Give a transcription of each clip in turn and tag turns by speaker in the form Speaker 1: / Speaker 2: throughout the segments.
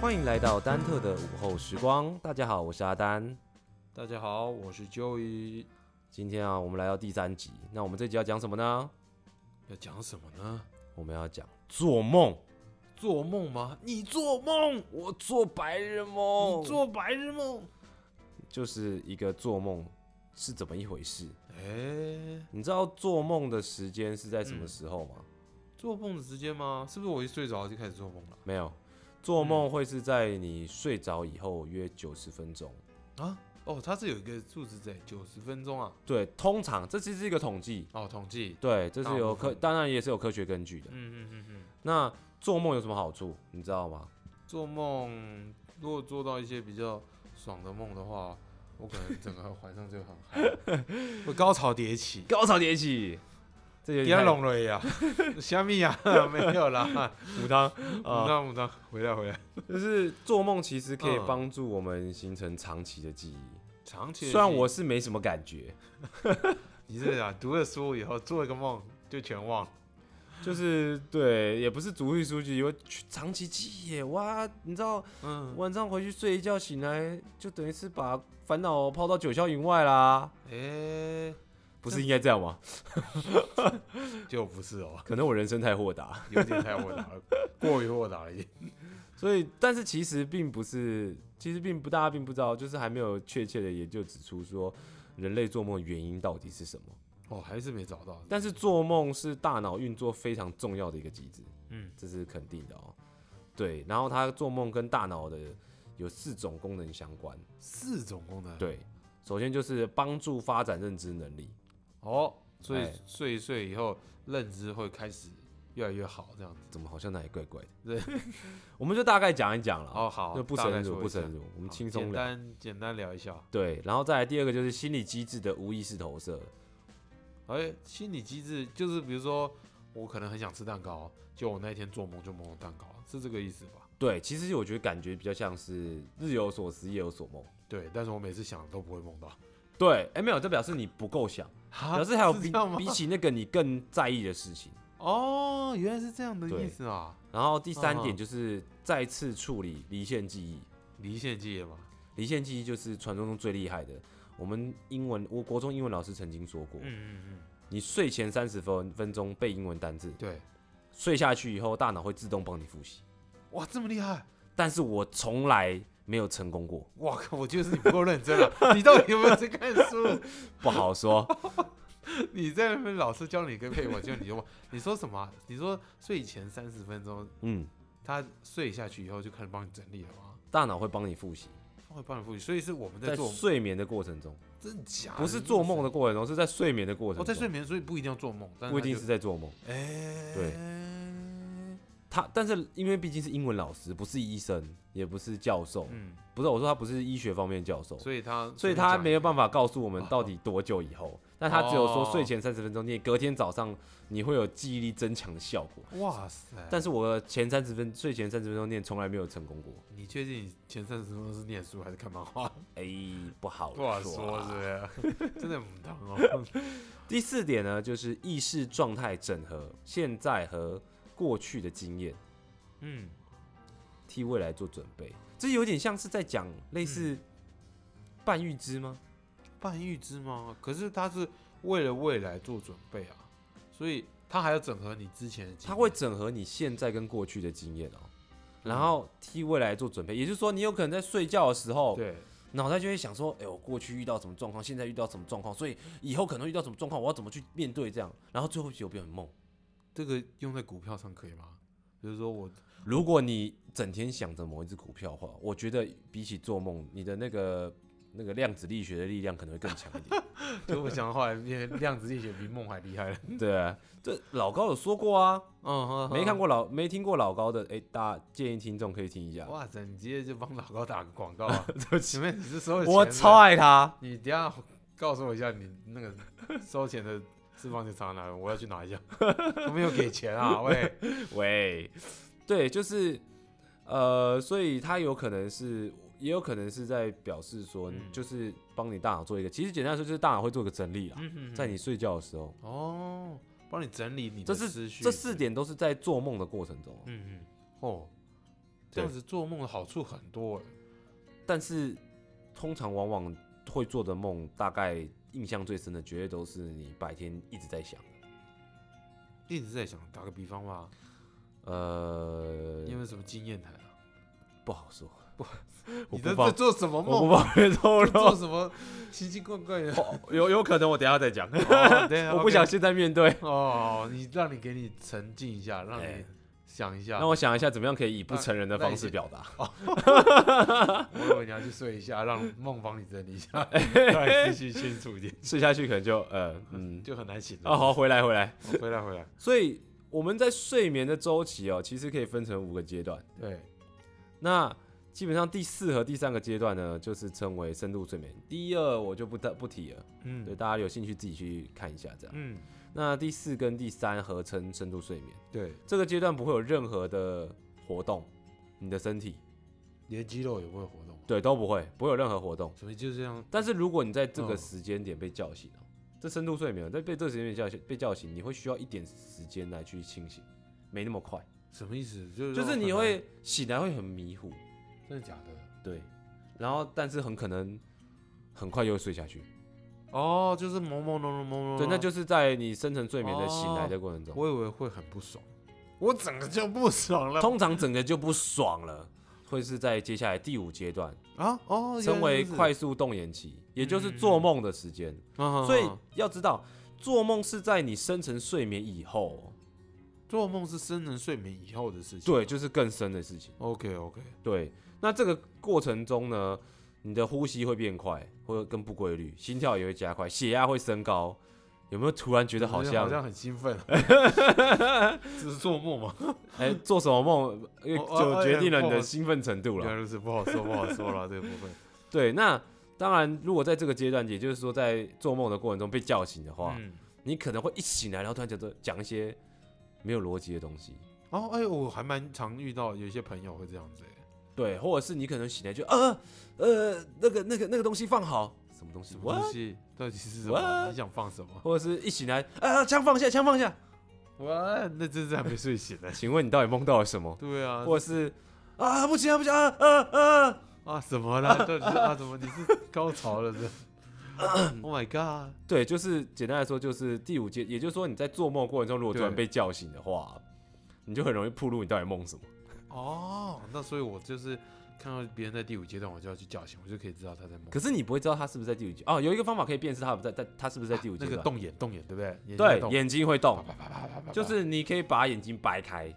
Speaker 1: 欢迎来到丹特的午后时光。大家好，我是阿丹。
Speaker 2: 大家好，我是 Joey。
Speaker 1: 今天啊，我们来到第三集。那我们这集要讲什么呢？
Speaker 2: 要讲什么呢？
Speaker 1: 我们要讲做梦。
Speaker 2: 做梦吗？你做梦，
Speaker 1: 我做白日梦，
Speaker 2: 你做白日梦。
Speaker 1: 就是一个做梦是怎么一回事？
Speaker 2: 哎、
Speaker 1: 你知道做梦的时间是在什么时候吗？
Speaker 2: 嗯做梦的时间吗？是不是我一睡着就开始做梦了
Speaker 1: 没有，做梦会是在你睡着以后约九十分钟。
Speaker 2: 啊？哦，它是有一个数值在九十分钟啊。
Speaker 1: 对，通常这其实是一个统计，
Speaker 2: 哦，统计。
Speaker 1: 对，这是有
Speaker 2: 大部
Speaker 1: 科，
Speaker 2: 分
Speaker 1: 当然也是有科学根据的。
Speaker 2: 嗯嗯嗯嗯。
Speaker 1: 那做梦有什么好处？你知道吗？
Speaker 2: 做梦，如果做到一些比较爽的梦的话，我可能整个晚上就很嗨，我高潮迭起。
Speaker 1: 高潮迭起，这有
Speaker 2: 第二
Speaker 1: 点
Speaker 2: 龙了呀， 虾米呀， 没有啦，
Speaker 1: 母 汤
Speaker 2: 武
Speaker 1: 啊，
Speaker 2: 当武当，回来回来。
Speaker 1: 就是做梦其实可以
Speaker 2: 嗯
Speaker 1: 帮助我们形成长期的记忆。
Speaker 2: 长期的
Speaker 1: 虽然
Speaker 2: 记忆
Speaker 1: 我是没什么感觉，
Speaker 2: 你是啊，读了书以后做一个梦就全忘。
Speaker 1: 就是对，也不是主意书记，有长期记忆耶哇！你知道
Speaker 2: 嗯，
Speaker 1: 晚上回去睡一觉，醒来就等于是把烦恼抛到九霄云外啦，
Speaker 2: 哎、
Speaker 1: 不是应该这样吗？
Speaker 2: 就不是哦，
Speaker 1: 可能我人生太豁达，
Speaker 2: 有点太豁达了，过于豁达了一点。
Speaker 1: 所以但是其实并不是，其实并不大家并不知道，就是还没有确切的研究指出说人类做梦的原因到底是什么。
Speaker 2: 哦，还是没找到。
Speaker 1: 但是做梦是大脑运作非常重要的一个机制，
Speaker 2: 嗯，
Speaker 1: 这是肯定的哦。对，然后它做梦跟大脑的有四种功能相关。
Speaker 2: 四种功能。，
Speaker 1: 对，首先就是帮助发展认知能力，
Speaker 2: 哦，所以
Speaker 1: 哎
Speaker 2: 睡一睡以后，认知会开始越来越好，这样子。
Speaker 1: 怎么好像哪里怪怪的？
Speaker 2: 对，
Speaker 1: 我们就大概讲一讲了。
Speaker 2: 哦，好，
Speaker 1: 就啊不
Speaker 2: 大概
Speaker 1: 深入，
Speaker 2: 说
Speaker 1: 不
Speaker 2: 一下
Speaker 1: 深入，我们
Speaker 2: 好
Speaker 1: 轻松
Speaker 2: 简
Speaker 1: 聊。
Speaker 2: 单简单聊一下。
Speaker 1: 对，然后再来第二个就是心理机制的无意识投射，
Speaker 2: 哎、心理机制就是比如说，我可能很想吃蛋糕，就我那一天做梦就梦到蛋糕，是这个意思吧？
Speaker 1: 对，其实我觉得感觉比较像是日有所思，夜有所梦。
Speaker 2: 对，但是我每次想都不会梦到。
Speaker 1: 对，哎、没有，这表示你不够想，
Speaker 2: 哈
Speaker 1: 表示还有
Speaker 2: 啊是
Speaker 1: 比
Speaker 2: 这样吗
Speaker 1: 比起那个你更在意的事情。
Speaker 2: 哦，原来是这样的
Speaker 1: 对
Speaker 2: 意思啊！
Speaker 1: 然后第三点
Speaker 2: 嗯
Speaker 1: 就是再次处理离线记忆，
Speaker 2: 离线记忆嘛，
Speaker 1: 离线记忆就是传说中最厉害的。我们英文，我国中英文老师曾经说过，
Speaker 2: 嗯嗯嗯，
Speaker 1: 你睡前三十分分钟背英文单字，
Speaker 2: 对，
Speaker 1: 睡下去以后，大脑会自动帮你复习。
Speaker 2: 哇，这么厉害！
Speaker 1: 但是我从来没有成功过，
Speaker 2: 哇 靠，我觉得是你不够认 真了。你到底有没有在看书？
Speaker 1: 不好说。
Speaker 2: 你在那边老师教你跟配我，就你就问你说什么啊？你说睡前三十分钟，
Speaker 1: 嗯，
Speaker 2: 他睡下去以后就开始帮你整理了吗？
Speaker 1: 大脑会帮你复习，
Speaker 2: 他会帮你复习，所以是我们在
Speaker 1: 在
Speaker 2: 做，
Speaker 1: 睡眠的过程中，
Speaker 2: 真的假的？啊
Speaker 1: 不是做梦的过程中，是在睡眠的过
Speaker 2: 我、
Speaker 1: 程
Speaker 2: 哦、在睡
Speaker 1: 中，
Speaker 2: 眠，所以不一定要做梦，但
Speaker 1: 不一定是
Speaker 2: 他就嗯
Speaker 1: 在做梦。
Speaker 2: 哎、对，
Speaker 1: 他，但是因为毕竟是英文老师，不是医生，也不是教授，
Speaker 2: 嗯，
Speaker 1: 不是我说他不是医学方面教授，
Speaker 2: 所以他
Speaker 1: 所以他没有办
Speaker 2: 法，
Speaker 1: 法告诉我们到底多久以后。但他只有说
Speaker 2: 哦
Speaker 1: 睡前三十分钟，你隔天早上你会有记忆力增强的效果。
Speaker 2: 哇塞！
Speaker 1: 但是我前三十分睡前三十分钟念从来没有成功过，
Speaker 2: 你确定你前三十分钟是念书还是看漫 画？
Speaker 1: 哎、不好
Speaker 2: 不好
Speaker 1: 说
Speaker 2: 说，
Speaker 1: 啊
Speaker 2: 是不是？ 真的母汤哦。
Speaker 1: 第四点呢，就是意识状态整合现在和过去的经验，
Speaker 2: 嗯，
Speaker 1: 替未来做准备。这有点像是在讲类
Speaker 2: 嗯
Speaker 1: 似半预知吗？
Speaker 2: 半预知吗？可是他是为了未来做准备啊，所以他还要整合你之前的经验。
Speaker 1: 它会整合你现在跟过去的经验哦、
Speaker 2: 嗯
Speaker 1: 然后替未来做准备。也就是说，你有可能在睡觉的时候，
Speaker 2: 对，
Speaker 1: 脑袋就会想说：“哎、我过去遇到什么状况，现在遇到什么状况，所以以后可能遇到什么状况，我要怎么去面对这样。”然后最后有变成梦。
Speaker 2: 这个用在股票上可以吗？比如说我
Speaker 1: 如果你整天想着某一只股票的话，我觉得比起做梦，你的那个那个量子力学的力量可能会更强一 点。
Speaker 2: 就我想后来变成量子力学比梦还厉害了。
Speaker 1: 对、啊，这老高有说过啊，
Speaker 2: 嗯
Speaker 1: 没看。过老没听过老高的，哎、大家建议听众可以听一下。
Speaker 2: 哇塞！你直接就帮老高打个广告 啊！前面你是收了钱
Speaker 1: 我
Speaker 2: 的
Speaker 1: 超爱他，
Speaker 2: 你等一下告诉我一下你那个收钱的释放就藏在哪里，我要去拿一下。我没有给钱啊，喂。
Speaker 1: 喂，对，就是呃，所以他有可能是，也有可能是在表示说，
Speaker 2: 嗯
Speaker 1: 就是帮你大脑做一个，其实简单来说就是大脑会做个整理啦，嗯
Speaker 2: 嗯
Speaker 1: 在你睡觉的时候，
Speaker 2: 哦，帮你整理你
Speaker 1: 这
Speaker 2: 的
Speaker 1: 是
Speaker 2: 思绪。
Speaker 1: 这四，点都是在做梦的过程中哦、
Speaker 2: 嗯嗯，哦，这样
Speaker 1: 对
Speaker 2: 子做梦的好处很多哎、
Speaker 1: 但是通常往往会做的梦，大概印象最深的，绝对都是你白天一直在想的。
Speaker 2: 一直在想，打个比方吧，
Speaker 1: 呃
Speaker 2: 你，有没有什么经验谈啊？
Speaker 1: 不好说，不，我
Speaker 2: 你在
Speaker 1: 不
Speaker 2: 这
Speaker 1: 方，
Speaker 2: 做什么
Speaker 1: 我不
Speaker 2: 梦？
Speaker 1: 方便透
Speaker 2: 做
Speaker 1: 露。
Speaker 2: 什么奇奇怪怪的？
Speaker 1: 哦有有 可能 我等一下再讲，
Speaker 2: 哦对啊
Speaker 1: 我不
Speaker 2: OK
Speaker 1: 想现在面对。
Speaker 2: 哦，你让你给你沉浸一下，让
Speaker 1: 哎
Speaker 2: 你想一下。
Speaker 1: 让我想一下，怎么样可以以不成人的
Speaker 2: 那那
Speaker 1: 方
Speaker 2: 你
Speaker 1: 式
Speaker 2: 先
Speaker 1: 表达？
Speaker 2: 我以为你要去睡一下， 让梦帮你整理一下， 让你思绪清楚一点，
Speaker 1: 睡下去可能就呃嗯
Speaker 2: 就很难醒了。
Speaker 1: 啊好回来回来，
Speaker 2: 哦，回来回来，
Speaker 1: 所以我们在睡眠的周期哦，其实可以分成五个阶段。
Speaker 2: 对，
Speaker 1: 那基本上第四和第三个阶段呢，就是称为深度睡眠。第二我就不得不提了，对
Speaker 2: 嗯
Speaker 1: 大家有兴趣自己去看一下这样。
Speaker 2: 嗯，
Speaker 1: 那第四跟第三合称深度睡眠，
Speaker 2: 对，
Speaker 1: 这个阶段不会有任何的活动，你的身体
Speaker 2: 连肌肉也不会活动，
Speaker 1: 对都不会，不会有任何活动。
Speaker 2: 所以就这样，
Speaker 1: 但是如果你在这个
Speaker 2: 嗯
Speaker 1: 时间点被叫醒了、这深度睡眠在被这个时间点叫醒，被叫醒，你会需要一点时间来去清醒，没那么快，
Speaker 2: 什么意思？就是
Speaker 1: 就
Speaker 2: 让我
Speaker 1: 是你
Speaker 2: 很
Speaker 1: 会醒来会很迷糊，
Speaker 2: 难真的假的？
Speaker 1: 对，然后但是很可能很快又会睡下去，
Speaker 2: 哦，就是朦朦胧胧朦胧，
Speaker 1: 对，那就是在你深层睡眠的醒来的过程中，
Speaker 2: 嗯我以为会很不爽，我整个就不爽了
Speaker 1: 通常整个就不爽了，会是在接下来第五阶段，
Speaker 2: 啊！哦，
Speaker 1: 称为
Speaker 2: 原来如此
Speaker 1: 快，速动眼期，也就是
Speaker 2: 嗯嗯嗯
Speaker 1: 做梦的时间。所
Speaker 2: 所
Speaker 1: 以要知道，做梦是在你深层睡眠以后哦，
Speaker 2: 做梦是深层睡眠以后的事情。
Speaker 1: 对，就是更深的事情。
Speaker 2: ，OK OK，
Speaker 1: 对，那这个过程中呢，你的呼吸会变快，或者更不规律，心跳也会加快，血压会升高。有没有突然觉得好
Speaker 2: 像
Speaker 1: 像
Speaker 2: 好很兴奋， 只是做梦嘛？
Speaker 1: 哎、做什么梦，因为
Speaker 2: 哦哦
Speaker 1: 就
Speaker 2: 哎
Speaker 1: 决
Speaker 2: 哎
Speaker 1: 定了你的
Speaker 2: 哦
Speaker 1: 兴奋程度
Speaker 2: 原
Speaker 1: 了
Speaker 2: 来。如此，不好说，不好说了这个 部分。
Speaker 1: 对，那当然，如果在这个阶段，也就是说在做梦的过程中被叫醒的话，
Speaker 2: 嗯，
Speaker 1: 你可能会一醒来，然后突然觉得讲一些没有逻辑的东西，
Speaker 2: 哦，哎，我还蛮常遇到有一些朋友会这样子，哎
Speaker 1: 对，或者是你可能醒来就呃呃那个那个那个东西放好，什么东西
Speaker 2: 什么
Speaker 1: 我，
Speaker 2: 东西到底是什么？
Speaker 1: What？
Speaker 2: 你想放什么？
Speaker 1: 或者是一醒来啊枪放下枪放下，
Speaker 2: 哇，那真是还没睡醒呢。
Speaker 1: 请问你到底梦到了什么？
Speaker 2: 对啊，
Speaker 1: 或者是啊不行啊不行啊啊啊，
Speaker 2: 啊什么啦？到底是啊怎么？你是高潮了是 ？Oh my god！
Speaker 1: 对，就是简单来说就是第五阶，也就是说你在做梦过程中，如果突然
Speaker 2: 对
Speaker 1: 被叫醒的话，你就很容易暴露你到底梦什么。
Speaker 2: 哦，那所以我就是看到别人在第五阶段，我就要去叫醒，我就可以知道他在梦。
Speaker 1: 可是你不会知道他是不是在第五阶哦，有一个方法可以辨识他不在在他是不是在第五阶
Speaker 2: 那个
Speaker 1: 段。
Speaker 2: 动眼动眼，对不对？眼睛在
Speaker 1: 对，
Speaker 2: 动，
Speaker 1: 眼睛会动
Speaker 2: 啪，啪啪啪啪啪，
Speaker 1: 就是你可以把眼睛掰开，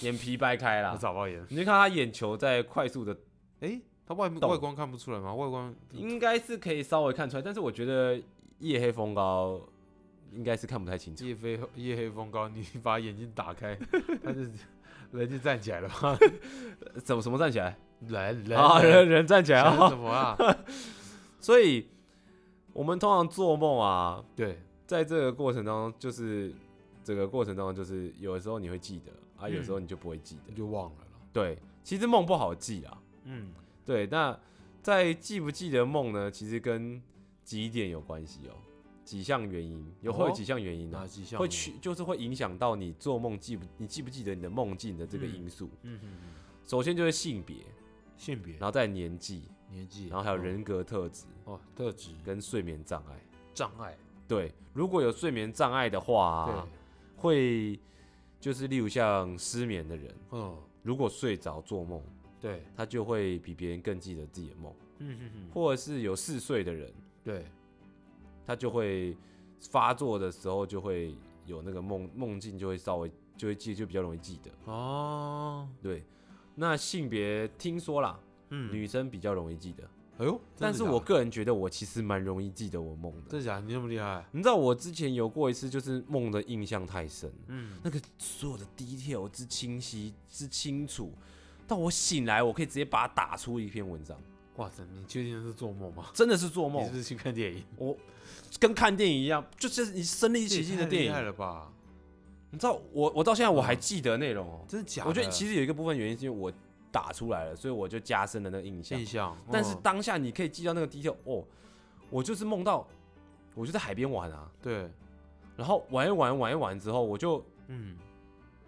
Speaker 1: 眼皮掰开
Speaker 2: 我
Speaker 1: 啦，
Speaker 2: 找不到眼。
Speaker 1: 你就看他眼球在快速的，
Speaker 2: 哎，它外面
Speaker 1: 动
Speaker 2: 外观看不出来吗？外观
Speaker 1: 应该是可以稍微看出来，但是我觉得夜黑风高应该是看不太清楚。
Speaker 2: 夜飞夜黑风高，你 把眼睛打开，它就人就站起来了吧？
Speaker 1: 怎么什么站起 来
Speaker 2: 人人
Speaker 1: 啊？人人站起来
Speaker 2: 想什
Speaker 1: 啊！
Speaker 2: 么啊？
Speaker 1: 所以我们通常做梦啊，
Speaker 2: 对，
Speaker 1: 在这个过程当中，就是这个过程当中，就是有的时候你会记得啊，
Speaker 2: 嗯
Speaker 1: 有时候你就不会记得
Speaker 2: 你。就忘了啦。
Speaker 1: 对，其实梦不好记啊。
Speaker 2: 嗯，
Speaker 1: 对，那在记不记得梦呢？其实跟几点有关系哦，几项原因有会有
Speaker 2: 哦
Speaker 1: 几项原因呢、啊
Speaker 2: 哪几项
Speaker 1: 会
Speaker 2: 呢？
Speaker 1: 去就是会影响到你做梦记不你记不记得你的梦境的这个
Speaker 2: 嗯
Speaker 1: 因素。
Speaker 2: 嗯嗯嗯，
Speaker 1: 首先就是性别，
Speaker 2: 性别
Speaker 1: 然，后再年纪，
Speaker 2: 年纪，
Speaker 1: 然后还有
Speaker 2: 哦
Speaker 1: 人格特质
Speaker 2: 哦，特质
Speaker 1: 跟睡眠障碍。
Speaker 2: 障碍，
Speaker 1: 对，如果有睡眠障碍的话啊
Speaker 2: 对，，
Speaker 1: 会就是例如像失眠的人，
Speaker 2: 嗯，
Speaker 1: 如果睡着做梦，
Speaker 2: 对，
Speaker 1: 他就会比别人更记得自己的梦，
Speaker 2: 嗯嗯嗯，
Speaker 1: 或者是有嗜睡的人，
Speaker 2: 对，
Speaker 1: 嗯他就会发作的时候就会有那个梦梦境，就会稍微就会记就比较容易记得。
Speaker 2: 哦，
Speaker 1: 对，那性别听说啦，
Speaker 2: 嗯，
Speaker 1: 女生比较容易记得，
Speaker 2: 哎呦，
Speaker 1: 但
Speaker 2: 真的
Speaker 1: 是
Speaker 2: 假
Speaker 1: 我
Speaker 2: 的
Speaker 1: 个人觉得我其实蛮容易记得我梦的。
Speaker 2: 真的假的？你那么厉害？
Speaker 1: 你知道我之前有过一次，就是梦的印象太深，
Speaker 2: 嗯，
Speaker 1: 那个所有的 detail 之清晰之清楚，到我醒来，我可以直接把它打出一篇文章，
Speaker 2: 哇塞，你确定是做梦吗？
Speaker 1: 真的是做
Speaker 2: 你
Speaker 1: 梦
Speaker 2: 是不，是去看电影？
Speaker 1: 我跟看电影一样，就是你身临其境的电
Speaker 2: 这也太厉害
Speaker 1: 影。
Speaker 2: 了吧？
Speaker 1: 你知道我我到现在我还记得内容哦、
Speaker 2: 真的嗯假的？
Speaker 1: 我觉得其
Speaker 2: 实
Speaker 1: 实有一个部分原因是因为我打出来了，所以我就加深了那个印象
Speaker 2: 印。象，
Speaker 1: 但是
Speaker 2: 嗯
Speaker 1: 当下你可以记到那个 detail 哦，我就是梦到我就在海边玩啊，
Speaker 2: 对，
Speaker 1: 然后玩一玩玩一玩之后，我就
Speaker 2: 嗯，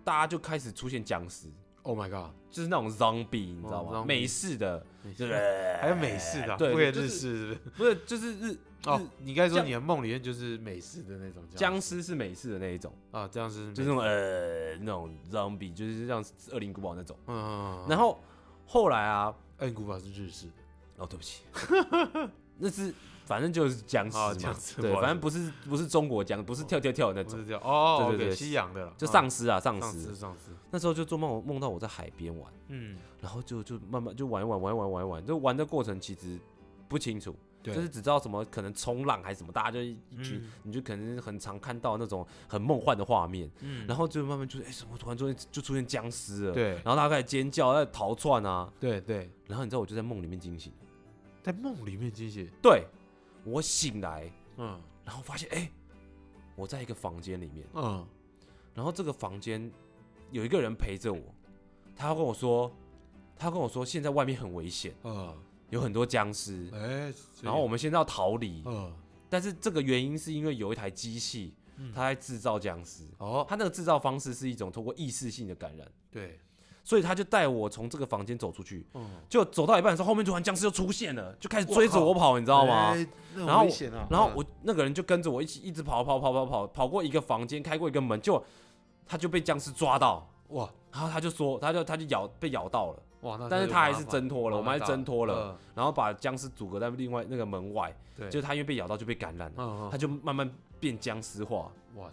Speaker 1: 大家就开始出现僵尸，
Speaker 2: Oh my god！
Speaker 1: 就是那种 zombie，你知道吗？
Speaker 2: 哦 zombie
Speaker 1: 美式的，对
Speaker 2: 还有美式的啊，
Speaker 1: 对
Speaker 2: 不可以
Speaker 1: 就是
Speaker 2: 日式是不是？
Speaker 1: 不是就是日
Speaker 2: 哦，你刚才说
Speaker 1: 僵
Speaker 2: 你的梦里面就是美式的那种
Speaker 1: 僵尸是美式的那一种，
Speaker 2: 啊，僵尸
Speaker 1: 就是那种呃那种 zombie，就是像《恶灵古堡》那种。
Speaker 2: 嗯，
Speaker 1: 然后后来啊，
Speaker 2: 暗古堡是日式的，
Speaker 1: 哦，对不起， 那是反正就是僵尸
Speaker 2: 哦
Speaker 1: 嘛
Speaker 2: 僵，尸
Speaker 1: 对，
Speaker 2: 不好意思
Speaker 1: 反正不是不是中国僵，不是跳跳跳的那
Speaker 2: 不
Speaker 1: 种，
Speaker 2: 是这样哦，
Speaker 1: 对对
Speaker 2: OK，
Speaker 1: 对
Speaker 2: 西洋的了，
Speaker 1: 就
Speaker 2: 嗯
Speaker 1: 丧尸啊，丧
Speaker 2: 丧
Speaker 1: 尸
Speaker 2: 尸。丧尸，
Speaker 1: 那时候就做梦梦到我在海边玩，
Speaker 2: 嗯，
Speaker 1: 然后就就慢慢就玩一玩玩一玩玩一玩，就玩的过程其实不清楚，
Speaker 2: 对，
Speaker 1: 就是只知道什么可能冲浪还是什么，大家就一群、
Speaker 2: 嗯
Speaker 1: 你就可能很常看到那种很梦幻的画面，
Speaker 2: 嗯
Speaker 1: 然后就慢慢就是哎、什么突然中间就出现僵尸了，，
Speaker 2: 对
Speaker 1: 然后大家开始尖叫，在逃窜啊，
Speaker 2: 对对，
Speaker 1: 然后你知道我就在梦里面惊醒，
Speaker 2: 在梦里面惊喜，
Speaker 1: 对我醒来，
Speaker 2: 嗯
Speaker 1: 然后发现哎、我在一个房间里面，
Speaker 2: 嗯，
Speaker 1: 然后这个房间有一个人陪着我，他跟我说，他跟我说现在外面很危险，
Speaker 2: 呃，
Speaker 1: 有很多僵尸，
Speaker 2: 哎，
Speaker 1: 然后我们现在要逃离，
Speaker 2: 呃，
Speaker 1: 但是这个原因是因为有一台机器
Speaker 2: 嗯，
Speaker 1: 它在制造僵尸，
Speaker 2: 哦，
Speaker 1: 它那个制造方式是一种通过意识性的感染，
Speaker 2: 对，
Speaker 1: 所以他就带我从这个房间走出去，
Speaker 2: 嗯，
Speaker 1: 就走到一半的时候，后面突然僵尸就出现了，就开始
Speaker 2: 我
Speaker 1: 追着我跑，你知
Speaker 2: 知
Speaker 1: 道吗？？
Speaker 2: 哎那
Speaker 1: 然后
Speaker 2: 很危险啊，
Speaker 1: 然后
Speaker 2: 嗯
Speaker 1: 我那个人就跟着我一起一直跑跑跑跑跑跑过一个房间，开过一个门，就他就被僵尸抓到，
Speaker 2: 嗯哇
Speaker 1: 然后他就说，他就他就咬被咬到了，
Speaker 2: 哇，那
Speaker 1: 但是
Speaker 2: 啊有
Speaker 1: 他还
Speaker 2: 麻
Speaker 1: 是
Speaker 2: 烦
Speaker 1: 挣脱了，我
Speaker 2: 麻
Speaker 1: 们还
Speaker 2: 烦大
Speaker 1: 挣脱了，
Speaker 2: 嗯
Speaker 1: 然后把僵尸阻隔在另外那个门外，
Speaker 2: 对，
Speaker 1: 就是他因为被咬到就被感染了，
Speaker 2: 嗯
Speaker 1: 他就慢慢变僵尸化，
Speaker 2: 嗯，哇，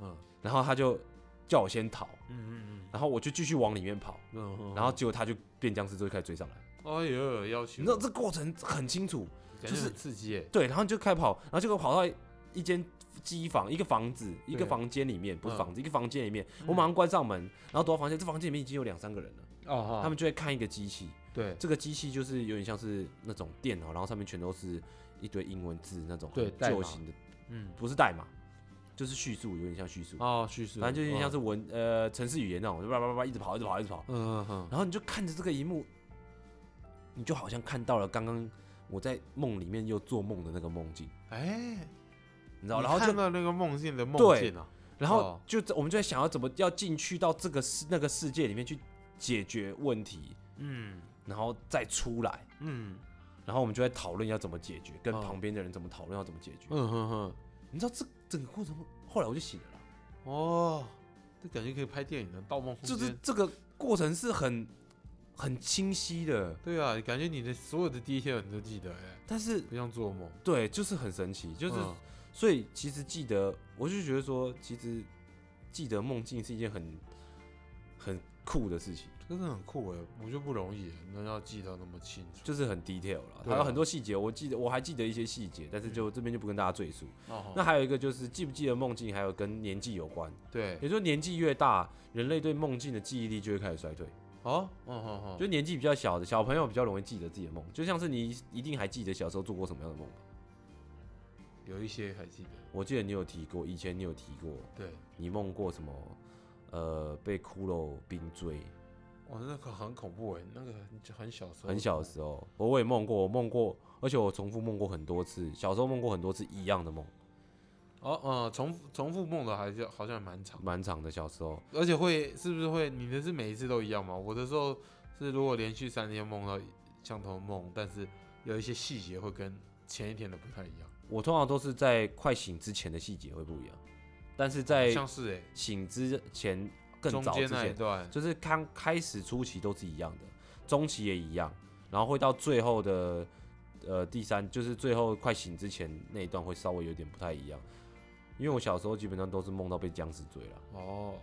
Speaker 2: 嗯
Speaker 1: 然后他就叫我先逃，
Speaker 2: 嗯嗯
Speaker 1: 然后我就继续往里面跑，
Speaker 2: 嗯嗯，
Speaker 1: 然后结果他就变僵尸之后就开始追上来，
Speaker 2: 哎呦，要求
Speaker 1: 你知道这过程很清楚，
Speaker 2: 感
Speaker 1: 就
Speaker 2: 觉
Speaker 1: 是
Speaker 2: 很刺激耶，
Speaker 1: 对，然后就开跑，然后结果跑到一间机房，一个房子，一个
Speaker 2: 对
Speaker 1: 房间里面，不是
Speaker 2: 嗯
Speaker 1: 房子，一个房间里面，我马上关上门，然后躲到房间，这房间里面已经有两三个人了，
Speaker 2: 哦
Speaker 1: 他们就在看一个机器，
Speaker 2: 对
Speaker 1: 这个机器就是有点像是那种电脑，然后上面全都是一堆英文字那种
Speaker 2: 对
Speaker 1: 很
Speaker 2: 代
Speaker 1: 旧
Speaker 2: 码
Speaker 1: 型的，
Speaker 2: 嗯
Speaker 1: 不是代码，就是叙述，有点像叙述，
Speaker 2: 哦，叙述，
Speaker 1: 反正就有点像
Speaker 2: 是，
Speaker 1: 是文呃城市语言那种，就叭叭叭叭一直跑，一直跑，一直跑，
Speaker 2: 嗯嗯嗯，
Speaker 1: 然后你就看着这个一幕，你就好像看到了刚刚我在梦里面又做梦的那个梦境，
Speaker 2: 哎，
Speaker 1: 你知道，
Speaker 2: 你
Speaker 1: 然后
Speaker 2: 看
Speaker 1: 就
Speaker 2: 到那个梦境的梦
Speaker 1: 对
Speaker 2: 境啊，
Speaker 1: 然后
Speaker 2: 哦
Speaker 1: 就在我们就在想要怎么要进去到这个世那个世界里面去解决问题，
Speaker 2: 嗯
Speaker 1: 然后再出来，
Speaker 2: 嗯
Speaker 1: 然后我们就在讨论要怎么解决，跟
Speaker 2: 哦
Speaker 1: 旁边的人怎么讨论要怎么解决。
Speaker 2: 嗯哼哼，
Speaker 1: 你知道这整个过程，后来我就醒了啦，
Speaker 2: 哦，这感觉可以拍电影的《盗梦空
Speaker 1: 就
Speaker 2: 间》，
Speaker 1: 是这个过程是很很清晰的，
Speaker 2: 对啊，感觉你的所有的第一天你都记得哎，
Speaker 1: 但是
Speaker 2: 不像做梦，
Speaker 1: 对，就是很神奇，就是
Speaker 2: 嗯
Speaker 1: 所以其实记得，我就觉得说，其实记得梦境是一件很很酷的事情，
Speaker 2: 这个很酷哎，我就不容易耶，能要记得那么清楚。
Speaker 1: 就是很 detail 了。
Speaker 2: 对
Speaker 1: 还
Speaker 2: 啊嗯
Speaker 1: 有很多细节，我记得我还记得一些细节，但是就这边就不跟大家赘述。
Speaker 2: 哦
Speaker 1: 那还有一个就是记不记得梦境，还有跟年纪有关。
Speaker 2: 对
Speaker 1: 也，就是年纪越大，人类对梦境的记忆力就会开始衰退。
Speaker 2: 哦，嗯哼哼，
Speaker 1: 就年纪比较小的小朋友比较容易记得自己的梦，就像是你一定还记得小时候做过什么样的梦吧？
Speaker 2: 有一些还记得，
Speaker 1: 我记得你有提过，以前你有提过，
Speaker 2: 对，
Speaker 1: 你梦过什么？呃，被骷髅兵追，
Speaker 2: 哇，哦那个很恐怖哎，那个很就很小时候，
Speaker 1: 很小的时候，我我也梦过，我梦过，而且我重复梦过很多次，小时候梦过很多次一样的梦，
Speaker 2: 哦，嗯，重复重复梦的还是好像蛮长，
Speaker 1: 蛮长的。小时候，
Speaker 2: 而且会是不是会你的是每一次都一样吗？我的时候是如果连续三天梦到相同的梦，但是有一些细节会跟前一天的不太一样，
Speaker 1: 我通常都是在快醒之前的细节会不一样，但是在
Speaker 2: 像是哎、
Speaker 1: 醒之前更
Speaker 2: 中
Speaker 1: 早之
Speaker 2: 间那
Speaker 1: 前
Speaker 2: 一，段，
Speaker 1: 就是刚开始初期都是一样的，中期也一样，然后会到最后的呃第三，就是最后快醒之前那一段会稍微有点不太一样，因为我小时候基本上都是梦到被僵尸追了，
Speaker 2: 哦，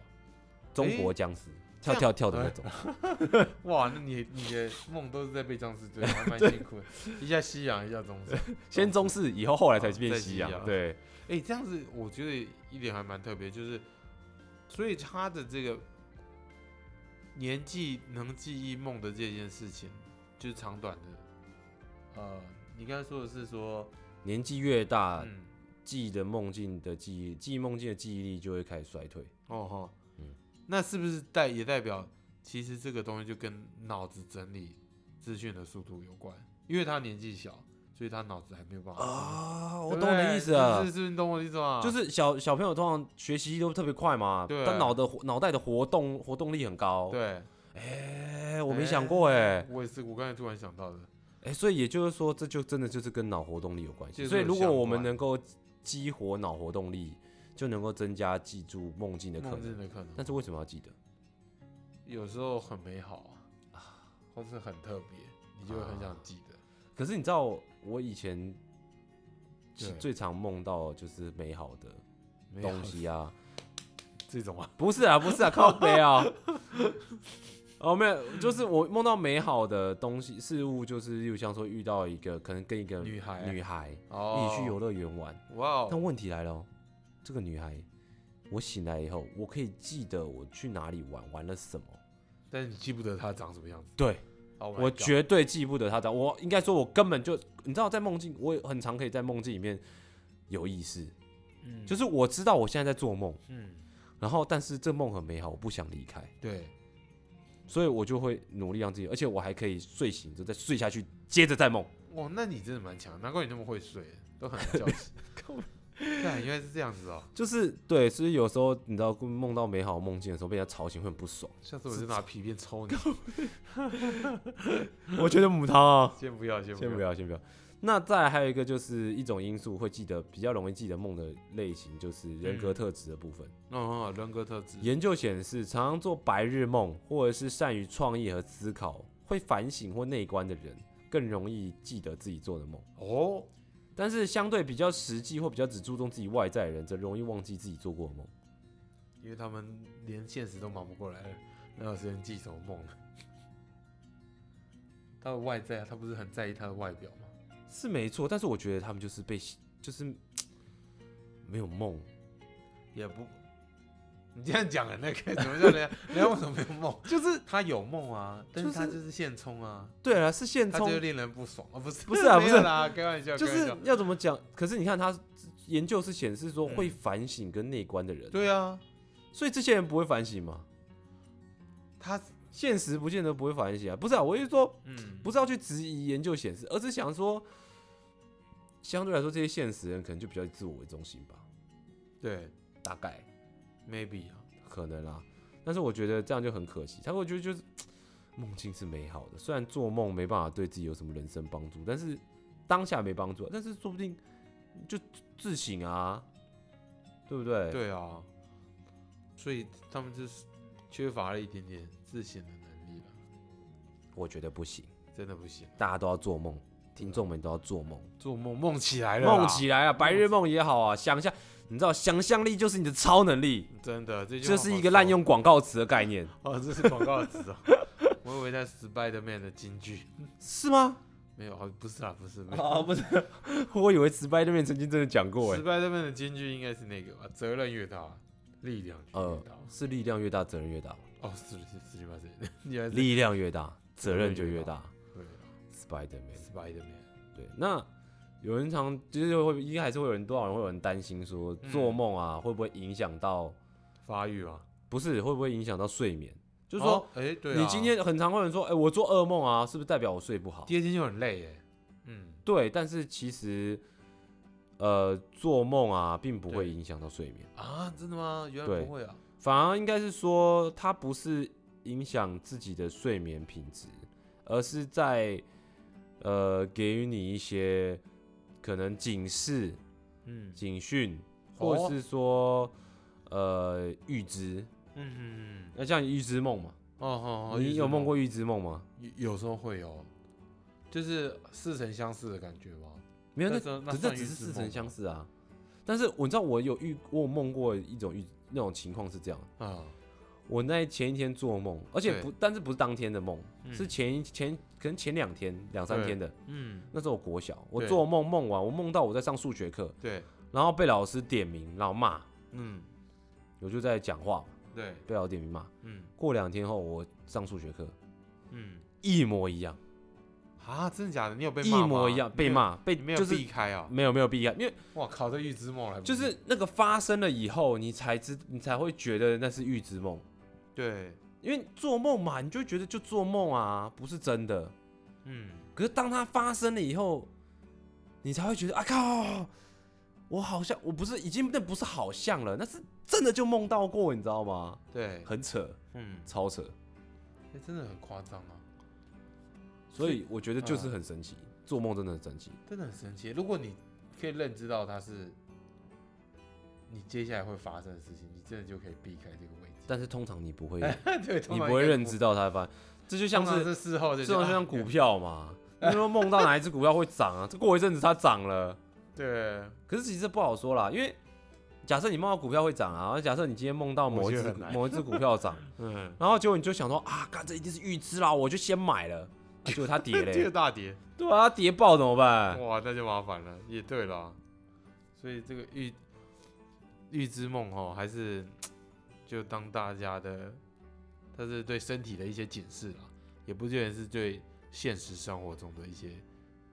Speaker 1: 中国僵尸、
Speaker 2: 这
Speaker 1: 跳
Speaker 2: 样
Speaker 1: 跳跳的那种，
Speaker 2: 哇，那你你的梦都是在被僵尸追，还蛮辛苦的，一下西洋，一下 中式。
Speaker 1: 先中式，以后后来才变
Speaker 2: 哦再
Speaker 1: 西
Speaker 2: 西
Speaker 1: 洋，
Speaker 2: 洋
Speaker 1: 对，
Speaker 2: 哎、这样子我觉得一点还蛮特别，就是所以他的这个年纪能记忆梦的这件事情，就是长短的。呃，你刚才说的是说，
Speaker 1: 年纪越大，
Speaker 2: 嗯，
Speaker 1: 记的梦境的记忆，记忆梦境的记忆力就会开始衰退。
Speaker 2: 哦吼，
Speaker 1: 嗯
Speaker 2: 那是不是代也代表，其实这个东西就跟脑子整理资讯的速度有关？因为他年纪小，所以他脑子还没有办法整理。
Speaker 1: 啊，我
Speaker 2: 对不
Speaker 1: 懂你的
Speaker 2: 对
Speaker 1: 意思了，
Speaker 2: 是是是，你懂我的意思吗？
Speaker 1: 就是小小朋友通常学习都特别快嘛，
Speaker 2: 对
Speaker 1: 他脑的活脑袋的活动活动力很高，
Speaker 2: 对，
Speaker 1: 哎、我没想过哎、
Speaker 2: 我也是，我刚才突然想到的，
Speaker 1: 哎、所以也就是说，这就真的就是跟脑活动力有关
Speaker 2: 就
Speaker 1: 系。
Speaker 2: 是
Speaker 1: 所以
Speaker 2: 有
Speaker 1: 如果
Speaker 2: 相
Speaker 1: 我们
Speaker 2: 关
Speaker 1: 能够激活脑活动力，就能够增加记住梦境的可
Speaker 2: 梦境
Speaker 1: 能。
Speaker 2: 的可能，
Speaker 1: 但是为什么要记得？
Speaker 2: 有时候很美好啊，或是很特别，你就会很想记得。
Speaker 1: 可是你知道，我以前
Speaker 2: 对
Speaker 1: 最常梦到就是美好的
Speaker 2: 没有
Speaker 1: 东西啊，
Speaker 2: 这种啊，
Speaker 1: 不是啊，不是啊，靠背 啊。哦，没有，就是我梦到美好的东西事物，就是例如像说遇到一个可能跟一个
Speaker 2: 女孩
Speaker 1: 女孩
Speaker 2: 哦，
Speaker 1: 一起去游乐园玩，
Speaker 2: 哇哦，
Speaker 1: 但问题来了哦，这个女孩，我醒来以后，我可以记得我去哪里玩，玩了什么。
Speaker 2: 但是你记不得他长什么样子。
Speaker 1: 对
Speaker 2: Oh my
Speaker 1: 我
Speaker 2: God
Speaker 1: 绝对记不得她长，我应该说，我根本就你知道，在梦境，我也很常可以在梦境里面有意识，
Speaker 2: 嗯
Speaker 1: 就是我知道我现在在做梦，
Speaker 2: 嗯，
Speaker 1: 然后但是这梦很美好，我不想离开，
Speaker 2: 对，
Speaker 1: 所以我就会努力让自己，而且我还可以睡醒就再睡下去，接着再梦。
Speaker 2: 哇，那你真的蛮强，难怪你那么会睡，都很难叫 醒。看，原来是这样子哦。
Speaker 1: 就是对，所以有时候你知道梦到美好的梦境的时候被人家吵醒会很不爽，
Speaker 2: 下次我就拿皮鞭抽你。
Speaker 1: 我觉得母汤啊。
Speaker 2: 先不要，先
Speaker 1: 先不
Speaker 2: 要。
Speaker 1: 要，先不要。那再来还有一个就是一种因素会记得比较容易记得梦的类型，就是人格
Speaker 2: 嗯
Speaker 1: 特质的部分。
Speaker 2: 哦，人格特质。
Speaker 1: 研究显示，常常做白日梦或者是善于创意和思考、会反省或内观的人，更容易记得自己做的梦。
Speaker 2: 哦，
Speaker 1: 但是相对比较实际或比较只注重自己外在的人，则容易忘记自己做过的梦。
Speaker 2: 因为他们连现实都忙不过来了，哪有时间记什么梦 呢？他的外在啊，他不是很在意他的外表吗？
Speaker 1: 是没错，但是我觉得他们就是被就是嘖没有梦，
Speaker 2: 也不，你这样讲啊，那个怎么叫人 家？人家为什么没有梦？
Speaker 1: 就是
Speaker 2: 他有梦啊，但是
Speaker 1: 就是
Speaker 2: 他就是现充啊，
Speaker 1: 对了，是现
Speaker 2: 他
Speaker 1: 充
Speaker 2: 就令人不爽啊，不是
Speaker 1: 不是啊
Speaker 2: 没
Speaker 1: 不是
Speaker 2: 有啦，开玩笑，
Speaker 1: 就
Speaker 2: 开玩
Speaker 1: 是
Speaker 2: 笑
Speaker 1: 要怎么讲？可是你看他研究是显示说会反省跟内观的人，
Speaker 2: 对啊，
Speaker 1: 所以这些人不会反省吗？
Speaker 2: 他
Speaker 1: 现实不见得不会反省啊，不是啊，我是说
Speaker 2: 嗯
Speaker 1: 不是要去质疑研究显示，而是想说，相对来说这些现实人可能就比较以自我为中心吧，
Speaker 2: 对
Speaker 1: 大概
Speaker 2: ，maybe 啊，
Speaker 1: 可能啦。但是我觉得这样就很可惜，他会觉得就是梦境是美好的，虽然做梦没办法对自己有什么人生帮助，但是当下没帮助，但是说不定就自省啊，对不对？
Speaker 2: 对啊，所以他们就是缺乏了一点点自省的能力了，
Speaker 1: 我觉得不行，
Speaker 2: 真的不行，
Speaker 1: 大家都要做梦，听众们都要做梦，
Speaker 2: 做梦梦起来了，
Speaker 1: 梦，起来啊，白日梦也好啊，想象，你知道，想象力就是你的超能力，
Speaker 2: 真的，这句话
Speaker 1: 这是一个滥用广告词的概念，
Speaker 2: 好熟哦，这是广告 词哦，我以为在 Spider Man 的金句，
Speaker 1: 是 吗？
Speaker 2: 没有，好不是啊，不是，没有。
Speaker 1: 啊，不是，我以为 Spider Man 曾经真的讲过，哎
Speaker 2: 失，败这边的金句应该是那个吧，责任越大，力量就越
Speaker 1: 呃
Speaker 2: 大。，
Speaker 1: 是力量越大，责任越大吧，
Speaker 2: 哦，是是是是吧？是，你还是
Speaker 1: 力量越大，责任就越大
Speaker 2: 对
Speaker 1: ，Spider Man。
Speaker 2: ，Spider Man，
Speaker 1: 对，那有人常就是会，应该还是会有人，多少人会有人担心说，做梦啊会不会影响到，
Speaker 2: 发育啊，
Speaker 1: 不是会不会影响到睡眠？就
Speaker 2: 就是
Speaker 1: 说。，
Speaker 2: 哎，对啊，
Speaker 1: 你今天很常会有人说，哎、我做噩梦啊，是不是代表我睡不好？
Speaker 2: 第二天就很累耶，嗯，
Speaker 1: 对，但是其实，呃，做梦啊，并不会
Speaker 2: 对
Speaker 1: 影响到睡眠，
Speaker 2: 啊，真的吗？原
Speaker 1: 对
Speaker 2: 来不会啊，
Speaker 1: 反而应该是说，它不是影响自己的睡眠品质，而是在呃给予你一些可能警示、
Speaker 2: 嗯
Speaker 1: 警讯，
Speaker 2: 哦
Speaker 1: 或是说、呃预知。
Speaker 2: 嗯，
Speaker 1: 那像预知梦嘛，
Speaker 2: 哦哦，哦
Speaker 1: 你有梦？
Speaker 2: 有时候
Speaker 1: 过预知梦吗？
Speaker 2: 有有时候会有，就是似曾相识的感觉吗？
Speaker 1: 没有，那
Speaker 2: 时候
Speaker 1: 可
Speaker 2: 那
Speaker 1: 是这
Speaker 2: 算
Speaker 1: 只
Speaker 2: 预
Speaker 1: 是
Speaker 2: 知
Speaker 1: 似
Speaker 2: 梦
Speaker 1: 曾
Speaker 2: 吗
Speaker 1: 相识啊。但是我知道我有遇，我有梦过一种遇那种情况是这样：
Speaker 2: 啊，
Speaker 1: 我那前一天做梦，而且
Speaker 2: 对
Speaker 1: 不，但是不是当天的梦，
Speaker 2: 嗯
Speaker 1: 是前一前可能前两天两三
Speaker 2: 对
Speaker 1: 天的。
Speaker 2: 嗯，
Speaker 1: 那时候我国小，我
Speaker 2: 对
Speaker 1: 做梦梦完，我梦到我在上数学课，
Speaker 2: 对，
Speaker 1: 然后被老师点名，然后骂，
Speaker 2: 嗯，
Speaker 1: 我就在讲话，
Speaker 2: 对，
Speaker 1: 被老师点名骂。
Speaker 2: 嗯
Speaker 1: 过两天后，我上数学课
Speaker 2: 嗯，
Speaker 1: 一模一样，
Speaker 2: 啊，真的假的？你有被
Speaker 1: 一
Speaker 2: 骂
Speaker 1: 模
Speaker 2: 吗
Speaker 1: 一样被
Speaker 2: 没有
Speaker 1: 骂，被
Speaker 2: 你没
Speaker 1: 就
Speaker 2: 有
Speaker 1: 是
Speaker 2: 避开啊！
Speaker 1: 没有没有避开，因为
Speaker 2: 哇靠，这预知梦来
Speaker 1: 就是那个发生了以后，你才知你才会觉得那是预知梦。
Speaker 2: 对，
Speaker 1: 因为做梦嘛，你就觉得就做梦啊，不是真的。
Speaker 2: 嗯，
Speaker 1: 可是当它发生了以后，你才会觉得啊靠，我好像我不是已经那不是好像了，那是真的就梦到过，你知道吗？
Speaker 2: 对，
Speaker 1: 很扯，
Speaker 2: 嗯，
Speaker 1: 超扯。
Speaker 2: 哎，真的很夸张啊，
Speaker 1: 所以我觉得就是
Speaker 2: 嗯
Speaker 1: 很神奇，做梦真的很神奇。
Speaker 2: 真的很神奇。如果你可以认知到它是你接下来会发生的事情，你真的就可以避开这个危机。
Speaker 1: 但是通常你不会，
Speaker 2: 对，
Speaker 1: 你
Speaker 2: 哎通
Speaker 1: 不
Speaker 2: 常
Speaker 1: 会
Speaker 2: 应该
Speaker 1: 认知到它的发生，这就像
Speaker 2: 通常
Speaker 1: 是
Speaker 2: 是事后
Speaker 1: 这
Speaker 2: 就啊
Speaker 1: 种就像股票 嘛，你说梦到哪一只股票会涨啊？这过一阵子它涨了，
Speaker 2: 对，
Speaker 1: 可是其实这不好说啦，因为假设你梦到股票会涨啊，然后假设你今天梦到某一
Speaker 2: 我觉
Speaker 1: 只
Speaker 2: 得很难
Speaker 1: 某一只股票涨，
Speaker 2: 嗯，
Speaker 1: 然后结果你就想说啊，干这一定是预知啦，我就先买了，啊结果它跌嘞、
Speaker 2: 这个大跌，
Speaker 1: 对啊，它跌爆怎么办？
Speaker 2: 哇，那就麻烦了。也对啦，所以这个预预知梦哦，还是就当大家的，它是对身体的一些警示啦，也不见得是对现实生活中的一些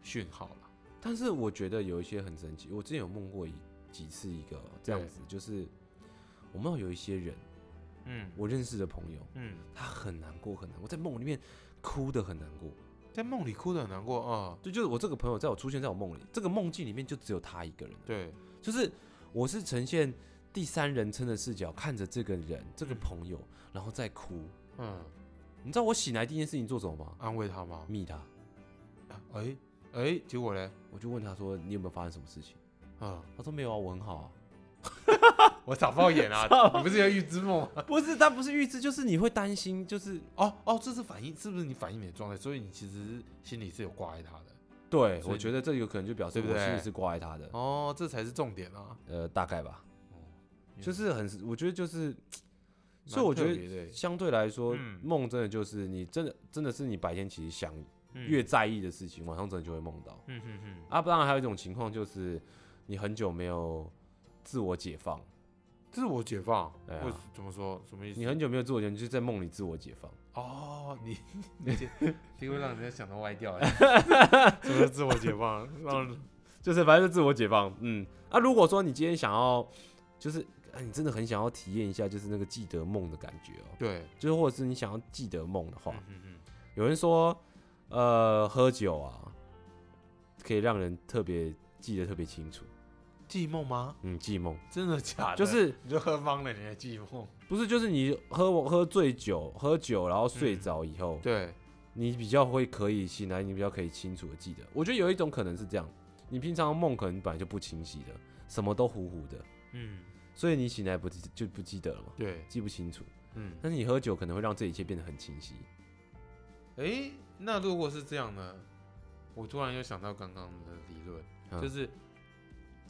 Speaker 2: 讯号啦。
Speaker 1: 但是我觉得有一些很神奇，我之前有梦过一几次一个这样子，就是我梦到有一些人，
Speaker 2: 嗯
Speaker 1: 我认识的朋友，
Speaker 2: 嗯，
Speaker 1: 他很难过很难过，在梦里面哭的很难过。
Speaker 2: 在梦里哭的很难过啊、
Speaker 1: 就就是我这个朋友在我出现在我梦里，这个梦境里面就只有他一个人，
Speaker 2: 对，
Speaker 1: 就是我是呈现第三人称的视角看着这个人这个朋友，然后再哭。
Speaker 2: 嗯，
Speaker 1: 你知道我醒来第一件事情做什么吗？
Speaker 2: 安慰他吗？
Speaker 1: 密他，
Speaker 2: 哎、哎、结果嘞，
Speaker 1: 我就问他说你有没有发生什么事情？
Speaker 2: 啊、
Speaker 1: 他说没有啊，我很好啊。
Speaker 2: 我 傻爆眼啊！你不是要预知梦吗？
Speaker 1: 不是，他不是预知，就是你会担心，就是
Speaker 2: 哦哦，这是反应，是不是你反应没状态？所以你其实心里是有挂碍他的。
Speaker 1: 对
Speaker 2: 所以
Speaker 1: 我觉得这有可能就表示
Speaker 2: 对不
Speaker 1: 我
Speaker 2: 对
Speaker 1: 心里是挂碍他的，
Speaker 2: 哦，这才是重点啊！
Speaker 1: 呃，大概吧，
Speaker 2: 嗯
Speaker 1: 就是很，我觉得就是，所以
Speaker 2: 蛮
Speaker 1: 我觉
Speaker 2: 特
Speaker 1: 得
Speaker 2: 别的欸
Speaker 1: 相对来说，
Speaker 2: 嗯
Speaker 1: 梦真的就是你真的真的是你白天其实想
Speaker 2: 嗯
Speaker 1: 越在意的事情，晚上真的就会梦到。
Speaker 2: 嗯哼哼，
Speaker 1: 啊，不当然还有一种情况就是你很久没有自我解放，
Speaker 2: 自我解放，
Speaker 1: 对啊
Speaker 2: 为怎么说？什么意思？
Speaker 1: 你很久没有自我解放，你就在梦里自我解放。
Speaker 2: 哦， 你你解这个会让人家想到歪掉 欸，什么是自我解 放？让人
Speaker 1: 就是反正就自我解放。嗯，啊，如果说你今天想要，就是啊，你真的很想要体验一下，就是那个记得梦的感觉哦、
Speaker 2: 对，
Speaker 1: 就是或者是你想要记得梦的话，
Speaker 2: 嗯嗯
Speaker 1: 有人说，呃，喝酒啊，可以让人特别记得特别清楚。
Speaker 2: 嗯，记梦吗？
Speaker 1: 嗯，记梦
Speaker 2: 真的假的？
Speaker 1: 就是
Speaker 2: 你就喝懵了，你还记梦？
Speaker 1: 不是就是你喝喝醉酒，喝酒然后睡着以后，
Speaker 2: 嗯对，
Speaker 1: 你比较会可以醒来，你比较可以清楚的记得。我觉得有一种可能是这样，你平常梦可能本来就不清晰的，什么都糊糊的，
Speaker 2: 嗯，
Speaker 1: 所以你醒来不记就不记得了嘛，
Speaker 2: 对，
Speaker 1: 记不清楚。
Speaker 2: 嗯，
Speaker 1: 但是你喝酒可能会让这一切变得很清晰。
Speaker 2: 诶，那如果是这样呢？我突然又想到刚刚的理论，
Speaker 1: 嗯
Speaker 2: 就是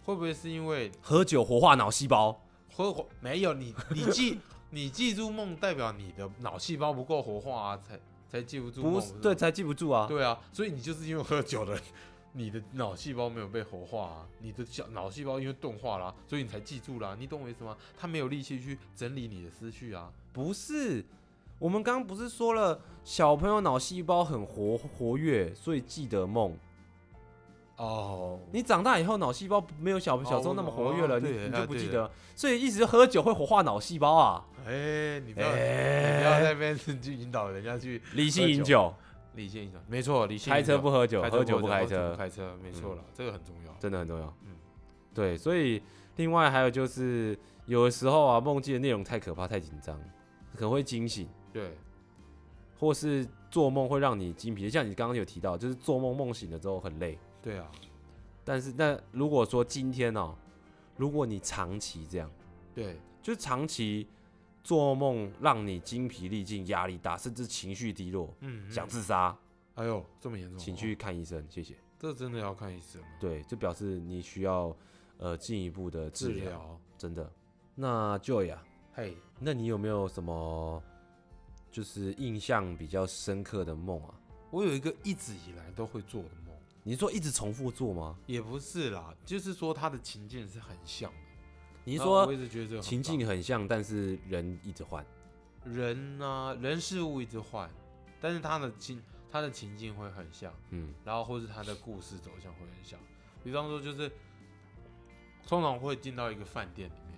Speaker 2: 会不会是因为
Speaker 1: 喝酒活化脑细胞，
Speaker 2: 活活没有你，你 记你记住梦，代表你的脑细胞不够活化啊，才才记不住梦。
Speaker 1: 不
Speaker 2: 是
Speaker 1: 是
Speaker 2: 吗
Speaker 1: 对才记不住啊。
Speaker 2: 对啊，所以你就是因为喝酒了，你的脑细胞没有被活化啊，你的小脑细胞因为钝化啦、所以你才记住啦、你懂我意思吗？它没有力气去整理你的思绪啊。
Speaker 1: 不是，我们刚刚不是说了，小朋友脑细胞很活活跃，所以记得梦。
Speaker 2: 哦，
Speaker 1: 你长大以后脑细胞没有小小时候那么活跃了，
Speaker 2: 哦
Speaker 1: 你
Speaker 2: 对
Speaker 1: 你
Speaker 2: 啊
Speaker 1: 就不
Speaker 2: 对
Speaker 1: 记得了。所以一直喝酒会活化脑细胞啊。
Speaker 2: 哎、你不要、你不要
Speaker 1: 哎，
Speaker 2: 在那边去引导人家去
Speaker 1: 理性饮酒，
Speaker 2: 理性引导，没错，理性
Speaker 1: 开车不喝酒，
Speaker 2: 喝
Speaker 1: 喝酒
Speaker 2: 不
Speaker 1: 不开
Speaker 2: 车，不
Speaker 1: 车，
Speaker 2: 开车，没错了，这个很重要。
Speaker 1: 真的很重要。
Speaker 2: 嗯
Speaker 1: 对，所以另外还有就是，有的时候啊，梦境的内容太可怕、太紧张，可能会惊醒。
Speaker 2: 对，
Speaker 1: 或是做梦会让你精疲，像你刚刚有提到，就是做梦梦醒了之后很累。
Speaker 2: 对啊，
Speaker 1: 但是那如果说今天哦，如果你长期这样，
Speaker 2: 对，
Speaker 1: 就是长期做梦让你精疲力尽、压力大，甚至情绪低落，
Speaker 2: 嗯
Speaker 1: 想自杀，
Speaker 2: 哎呦，这么严重哦，
Speaker 1: 请去看医生，谢谢。
Speaker 2: 这真的要看医生了
Speaker 1: 对，就表示你需要呃进一步的治
Speaker 2: 治
Speaker 1: 疗，
Speaker 2: 疗。
Speaker 1: 真的。那 Joy 啊，
Speaker 2: 嘿，
Speaker 1: 那你有没有什么就是印象比较深刻的梦啊？
Speaker 2: 我有一个一直以来都会做的梦，
Speaker 1: 你是说一直重复做吗？
Speaker 2: 也不是啦，就是说它的情境是很像的。
Speaker 1: 你是
Speaker 2: 然
Speaker 1: 说
Speaker 2: 后啊我一直觉得这个很
Speaker 1: 情境很像，但是人一直换。
Speaker 2: 棒人呢、人事物一直换，但是它的情它的情境会很像，
Speaker 1: 嗯
Speaker 2: 然后或是它的故事走向会很像。比方说，就是通常会进到一个饭店里面，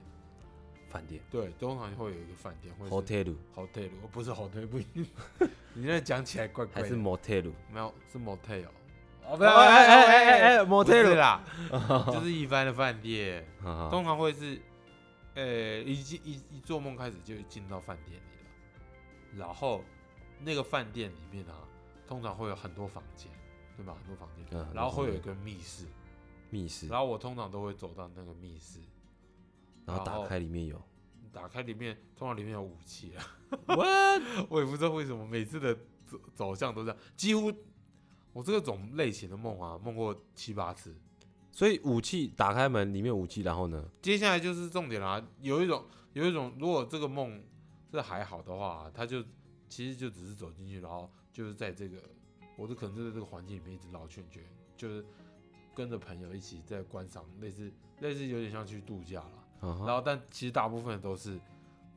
Speaker 1: 饭店
Speaker 2: 对，通常会有一个饭店，或者
Speaker 1: hotel
Speaker 2: hotel，哦不是 hotel，不一定。 你那讲起来怪怪
Speaker 1: 还
Speaker 2: 的，
Speaker 1: 是 motel？
Speaker 2: 没有是 motel？哦，不
Speaker 1: 哎哎哎哎哎
Speaker 2: ，motel
Speaker 1: ，motel！
Speaker 2: 啦， 就是一般的饭店。
Speaker 1: 哈哈
Speaker 2: 通常会是，呃、一进一一做梦开始就进到饭店里了，然后那个饭店里面啊，通常会有很多房间，对吧？很多房间，
Speaker 1: 嗯很多
Speaker 2: 然后会有
Speaker 1: 房
Speaker 2: 一
Speaker 1: 间
Speaker 2: 个密室，
Speaker 1: 密室，
Speaker 2: 然后我通常都会走到那个密室，
Speaker 1: 然后
Speaker 2: 然
Speaker 1: 打
Speaker 2: 后
Speaker 1: 开里面有
Speaker 2: 打开里面，通常里面有武器啊。
Speaker 1: ，what？
Speaker 2: 我也不知道为什么每次的走走向都这样，几乎我这种类型的梦啊，梦过七八次。
Speaker 1: 所以武器打开门里面有武器，然后呢？
Speaker 2: 接下来就是重点啦、有一种有一种，如果这个梦是还好的话，他就其实就只是走进去，然后就是在这个，我就可能就在这个环境里面一直绕圈圈，就是跟着朋友一起在观赏，类似类似有点像去度假啦。
Speaker 1: 然
Speaker 2: 然后但其实大部分都是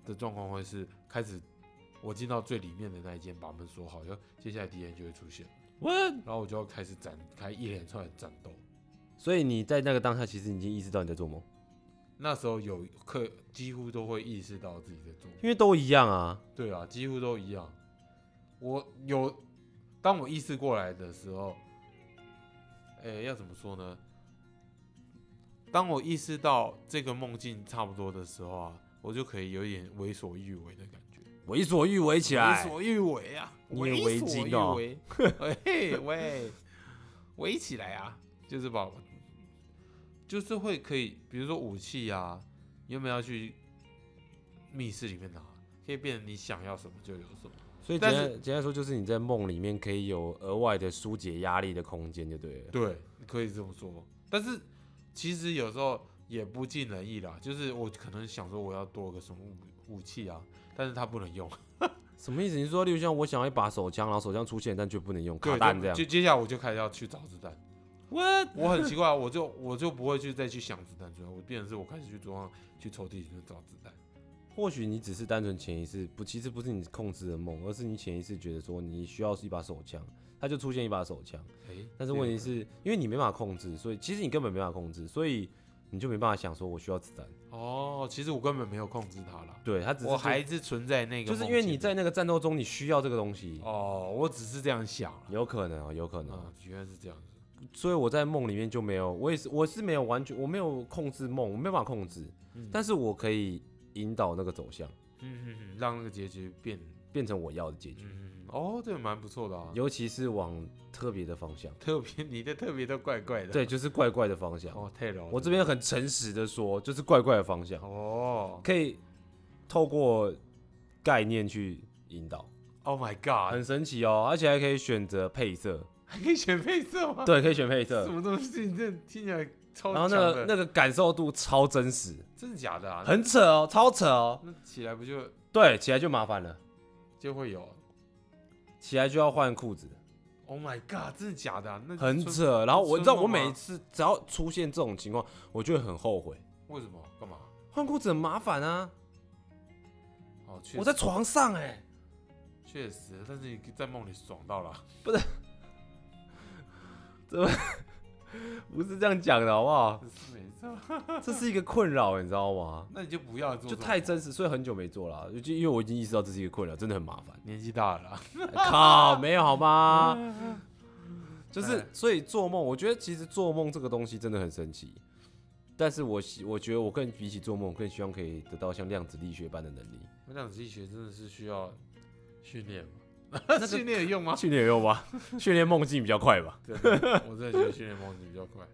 Speaker 2: 的状况会是开始我进到最里面的那一间，把门锁好，就接下来敌人就会出现，
Speaker 1: what？
Speaker 2: 然后我就要开始展开一连串的战斗。
Speaker 1: 所以你在那个当下，其实你已经意识到你在做梦，
Speaker 2: 那时候有客几乎都会意识到自己在做梦，
Speaker 1: 因为都一样啊。
Speaker 2: 对啊，几乎都一样。我有，当我意识过来的时候，诶、要怎么说呢？当我意识到这个梦境差不多的时候啊，我就可以有一点为所欲为的感觉。
Speaker 1: 为所欲为起
Speaker 2: 为
Speaker 1: 来，
Speaker 2: 所欲为啊！
Speaker 1: 你有围巾哦
Speaker 2: 为所欲 为，嘿喂，围起来啊！就是把，就是会可以，比如说武器啊，你有没有要去密室里面拿？可以变成你想要什么就有什么。
Speaker 1: 所以简
Speaker 2: 但是
Speaker 1: 单简单说，就是你在梦里面可以有额外的疏解压力的空间，就对了。
Speaker 2: 对，可以这么说。但是其实有时候也不尽人意啦，就是我可能想说我要多个什么武武器啊，但是它不能用。
Speaker 1: 什么意思？你是说，例如像我想要一把手枪，然后手枪出现，但却不能用
Speaker 2: 对
Speaker 1: 卡弹这样
Speaker 2: 就。接下来我就开始要去找子弹。
Speaker 1: What？
Speaker 2: 我很奇怪啊，我就我就不会去再去想子弹出来，我变成是我开始去桌上去抽屉里面找子弹。
Speaker 1: 或许你只是单纯潜意识不，其实不是你控制的梦，而是你潜意识觉得说你需要是一把手枪，它就出现一把手枪。
Speaker 2: 哎、
Speaker 1: 但是问题是因为你没办法控制，所以其实你根本没办法控制，所以你就没办法想说我需要子弹。
Speaker 2: 这个，哦，其实我根本没有控制它了，
Speaker 1: 对，它只是
Speaker 2: 我
Speaker 1: 就
Speaker 2: 还是存在那个
Speaker 1: 就
Speaker 2: 梦
Speaker 1: 是
Speaker 2: 境
Speaker 1: 因
Speaker 2: 里，
Speaker 1: 为你在那个战斗中你需要这个东西，
Speaker 2: 哦，我只是这样想了。
Speaker 1: 有可能啊，有可能啊。
Speaker 2: 啊，原来是这样子。
Speaker 1: 所以我在梦里面就没有，我也是我是没有完全，我没有控制梦，我没有办法控制，
Speaker 2: 嗯
Speaker 1: 但是我可以引导那个走向，
Speaker 2: 嗯嗯嗯，让那个结局变，
Speaker 1: 变成我要的结
Speaker 2: 嗯
Speaker 1: 局，
Speaker 2: 嗯嗯，哦，这个蛮不错的啊。
Speaker 1: 尤其是往特别的方向。
Speaker 2: 特别， 你的特别都怪怪的。
Speaker 1: 对，就是怪怪的方向。
Speaker 2: 哦，太柔了。
Speaker 1: 我这边很诚实的说，就是怪怪的方向，
Speaker 2: 哦
Speaker 1: 可以透过概念去引导，
Speaker 2: ，Oh my God，
Speaker 1: 很神奇哦，而且还可以选择配色，
Speaker 2: 还可以选配色吗？，
Speaker 1: 对，可以选配
Speaker 2: 什
Speaker 1: 色，
Speaker 2: 么东西？你这听起来啊超
Speaker 1: 然后那
Speaker 2: 强
Speaker 1: 个
Speaker 2: 的
Speaker 1: 那个感受度超真实，
Speaker 2: 真的假的啊？
Speaker 1: 很扯哦，超扯哦，
Speaker 2: 那起来不就
Speaker 1: 对，起来就麻烦了，
Speaker 2: 就会有
Speaker 1: 起来就要换裤子，
Speaker 2: ？Oh my god，真的假的、啊？那
Speaker 1: 很
Speaker 2: 春
Speaker 1: 扯。然后我
Speaker 2: 春
Speaker 1: 你知道，我
Speaker 2: 梦吗
Speaker 1: 每次只要出现这种情况，我就会很后悔，
Speaker 2: 为什么？干嘛？
Speaker 1: 换裤子很麻烦啊，
Speaker 2: 哦，确
Speaker 1: 我
Speaker 2: 实
Speaker 1: 在床上哎、
Speaker 2: 确实，但是你在梦里爽到了，
Speaker 1: 不是这样讲的好不好？
Speaker 2: 这是没错。
Speaker 1: 这是一个困扰，你知道吗？
Speaker 2: 那你就不要做
Speaker 1: 就
Speaker 2: 这种，。
Speaker 1: 太真实，所以很久没做了啊，就就因为我已经意识到这是一个困扰，真的很麻烦
Speaker 2: 年纪大了啦。啊
Speaker 1: 靠，没有好吗？ 就是
Speaker 2: 哎
Speaker 1: 所以做梦，我觉得其实做梦这个东西真的很神奇，但是我希我觉得我更比起做梦，我更希望可以得到像量子力学般的能力。
Speaker 2: 我量子力学真的是需要训练吗？
Speaker 1: 个
Speaker 2: 训练有用 吗？
Speaker 1: 啊训练有用吧？训练梦境比较快吧？
Speaker 2: 真的我真的觉得训练梦境比较快。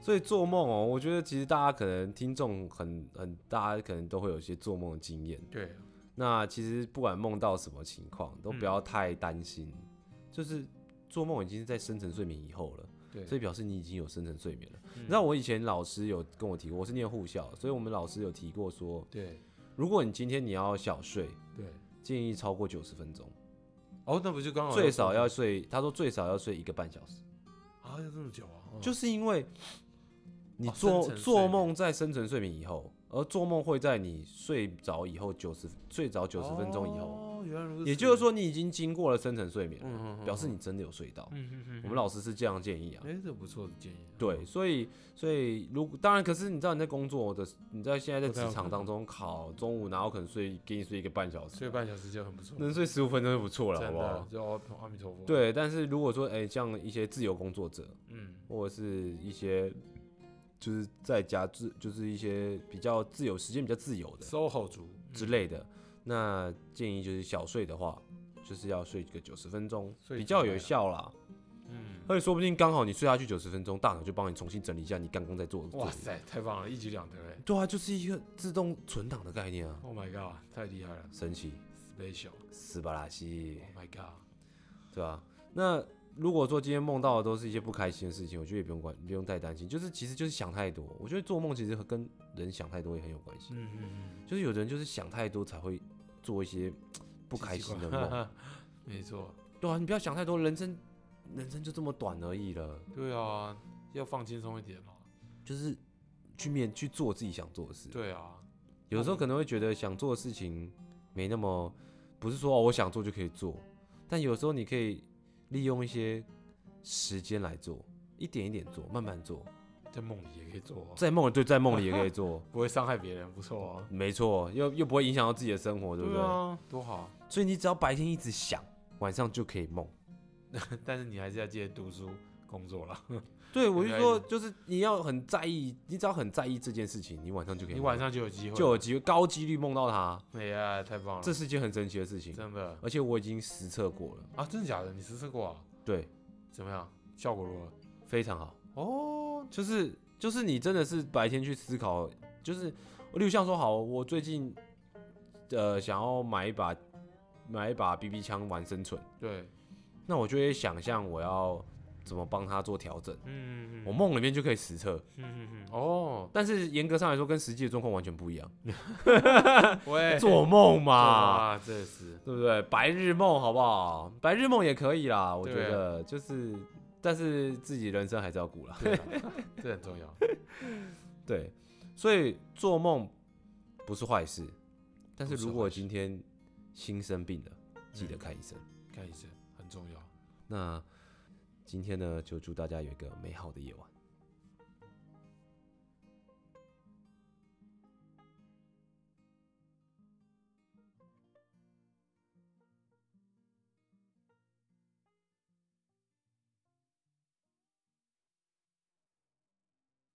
Speaker 1: 所以做梦哦，我觉得其实大家可能听众很很，大家可能都会有一些做梦的经验。
Speaker 2: 对，
Speaker 1: 那其实不管梦到什么情况，都不要太担心，就是做梦已经是在深层睡眠以后了，
Speaker 2: 对，
Speaker 1: 所以表示你已经有深层睡眠了。
Speaker 2: 嗯
Speaker 1: 你知道我以前老师有跟我提过，我是念护校，所以我们老师有提过说，
Speaker 2: 对
Speaker 1: 如果你今天你要小睡，
Speaker 2: 对，
Speaker 1: 建议超过九十分钟，
Speaker 2: 哦，那不就刚好
Speaker 1: 最少
Speaker 2: 要
Speaker 1: 要睡，他说最少要睡一个半小时，
Speaker 2: 啊，要这么久啊？哦
Speaker 1: 就是因为你
Speaker 2: 哦
Speaker 1: 做、
Speaker 2: 深层睡眠
Speaker 1: 做梦在深层睡眠以后，而做梦会在你睡着以后九十睡着九十分钟以后。
Speaker 2: 哦，原来如此。
Speaker 1: 也就是，说，你已经经过了深层睡眠了，
Speaker 2: 嗯嗯嗯
Speaker 1: 表示你真的有睡到。
Speaker 2: 嗯嗯嗯，
Speaker 1: 我们老师是这样建议啊。
Speaker 2: 哎、这不错的建议。
Speaker 1: 对，所以所以如当然，可是你知道你在工作的，你在现在在
Speaker 2: 不太有
Speaker 1: 职场
Speaker 2: 可能
Speaker 1: 当中，考中午哪有可能睡给你睡一个半小时？
Speaker 2: 睡半小时就很不错，
Speaker 1: 能睡十五分钟就不错了，好
Speaker 2: 真
Speaker 1: 不
Speaker 2: 的
Speaker 1: 好？
Speaker 2: 就阿阿弥陀佛。，
Speaker 1: 对，但是如果说，哎、像一些自由工作者，
Speaker 2: 嗯，
Speaker 1: 或者是一些就是在家自，就是一些比较自由、时间比较自由的
Speaker 2: 嗯 SOHO 族
Speaker 1: 之类的，那建议就是小睡的话，就是要睡个九十分钟，
Speaker 2: 睡
Speaker 1: 比
Speaker 2: 出来
Speaker 1: 较有
Speaker 2: 了
Speaker 1: 效啦。
Speaker 2: 嗯，
Speaker 1: 而且说不定刚好你睡下去九十分钟，大脑就帮你重新整理一下你刚刚在做的。
Speaker 2: 哇！塞，太棒了，一举两得哎
Speaker 1: 对啊，就是一个自动存档的概念啊，
Speaker 2: ！Oh my god，太厉害了
Speaker 1: 神奇，
Speaker 2: ，special，Oh
Speaker 1: 斯巴拉西，
Speaker 2: my god，
Speaker 1: 对啊。那如果说今天梦到的都是一些不开心的事情，我觉得也不用管，不用太担心，就是其实就是想太多。我觉得做梦其实和跟人想太多也很有关系，
Speaker 2: 嗯嗯嗯，
Speaker 1: 就是有的人就是想太多才会做一些不开心的梦。
Speaker 2: 梦，没错，
Speaker 1: 对啊，你不要想太多，人生人生就这么短而已了，
Speaker 2: 对啊，要放轻松一点嘛，
Speaker 1: 就是去面去做自己想做的事。
Speaker 2: 对啊，
Speaker 1: 有时候可能会觉得想做的事情没那么，不是说、哦、我想做就可以做，但有时候你可以利用一些时间来做，一点一点做，慢慢做，
Speaker 2: 在梦里也可以做哦，
Speaker 1: 在梦里对，在梦里也可以做，
Speaker 2: 不会伤害别人，不错哦，
Speaker 1: 没错，又又不会影响到自己的生活，对不对？
Speaker 2: 啊，多好，
Speaker 1: 所以你只要白天一直想，晚上就可以梦。
Speaker 2: 但是你还是要记得读书工作啦，
Speaker 1: 对，我
Speaker 2: 原
Speaker 1: 就
Speaker 2: 来
Speaker 1: 说，
Speaker 2: 是
Speaker 1: 就是你要很在意，你只要很在意这件事情，你晚上就可以
Speaker 2: 你
Speaker 1: 梦，
Speaker 2: 晚上就有机会，
Speaker 1: 就有机会高几率梦到它，
Speaker 2: 哎呀，太棒了，
Speaker 1: 这是一件很神奇的事情，
Speaker 2: 真的
Speaker 1: 而且我已经实测过了，
Speaker 2: 啊，真的假的？你实测过啊？
Speaker 1: 对，
Speaker 2: 怎么样？效果如何？
Speaker 1: 非常好。
Speaker 2: 哦，
Speaker 1: 就是就是你真的是白天去思考，就是例如像说好，我最近呃想要买一把买一把 BB 枪玩生存，
Speaker 2: 对，
Speaker 1: 那我就会想象我要怎么帮他做调整。
Speaker 2: 嗯，
Speaker 1: 我梦里面就可以实测，
Speaker 2: 嗯嗯嗯，哦，
Speaker 1: 但是严格上来说跟实际的状况完全不一样。
Speaker 2: 喂，
Speaker 1: 做梦嘛，
Speaker 2: 啊，这是
Speaker 1: 对不对？白日梦好不好？白日梦也可以啦，我觉
Speaker 2: 对啊
Speaker 1: 得就是，但是自己人生还是要顾啦。
Speaker 2: 对啊这很重要，
Speaker 1: 对，所以做梦不是坏事，但是
Speaker 2: 不是
Speaker 1: 如
Speaker 2: 坏
Speaker 1: 果
Speaker 2: 事嗯
Speaker 1: 今天心生病了，记得看医生。
Speaker 2: 看医生很重要。
Speaker 1: 那今天呢，就祝大家有一个美好的夜晚。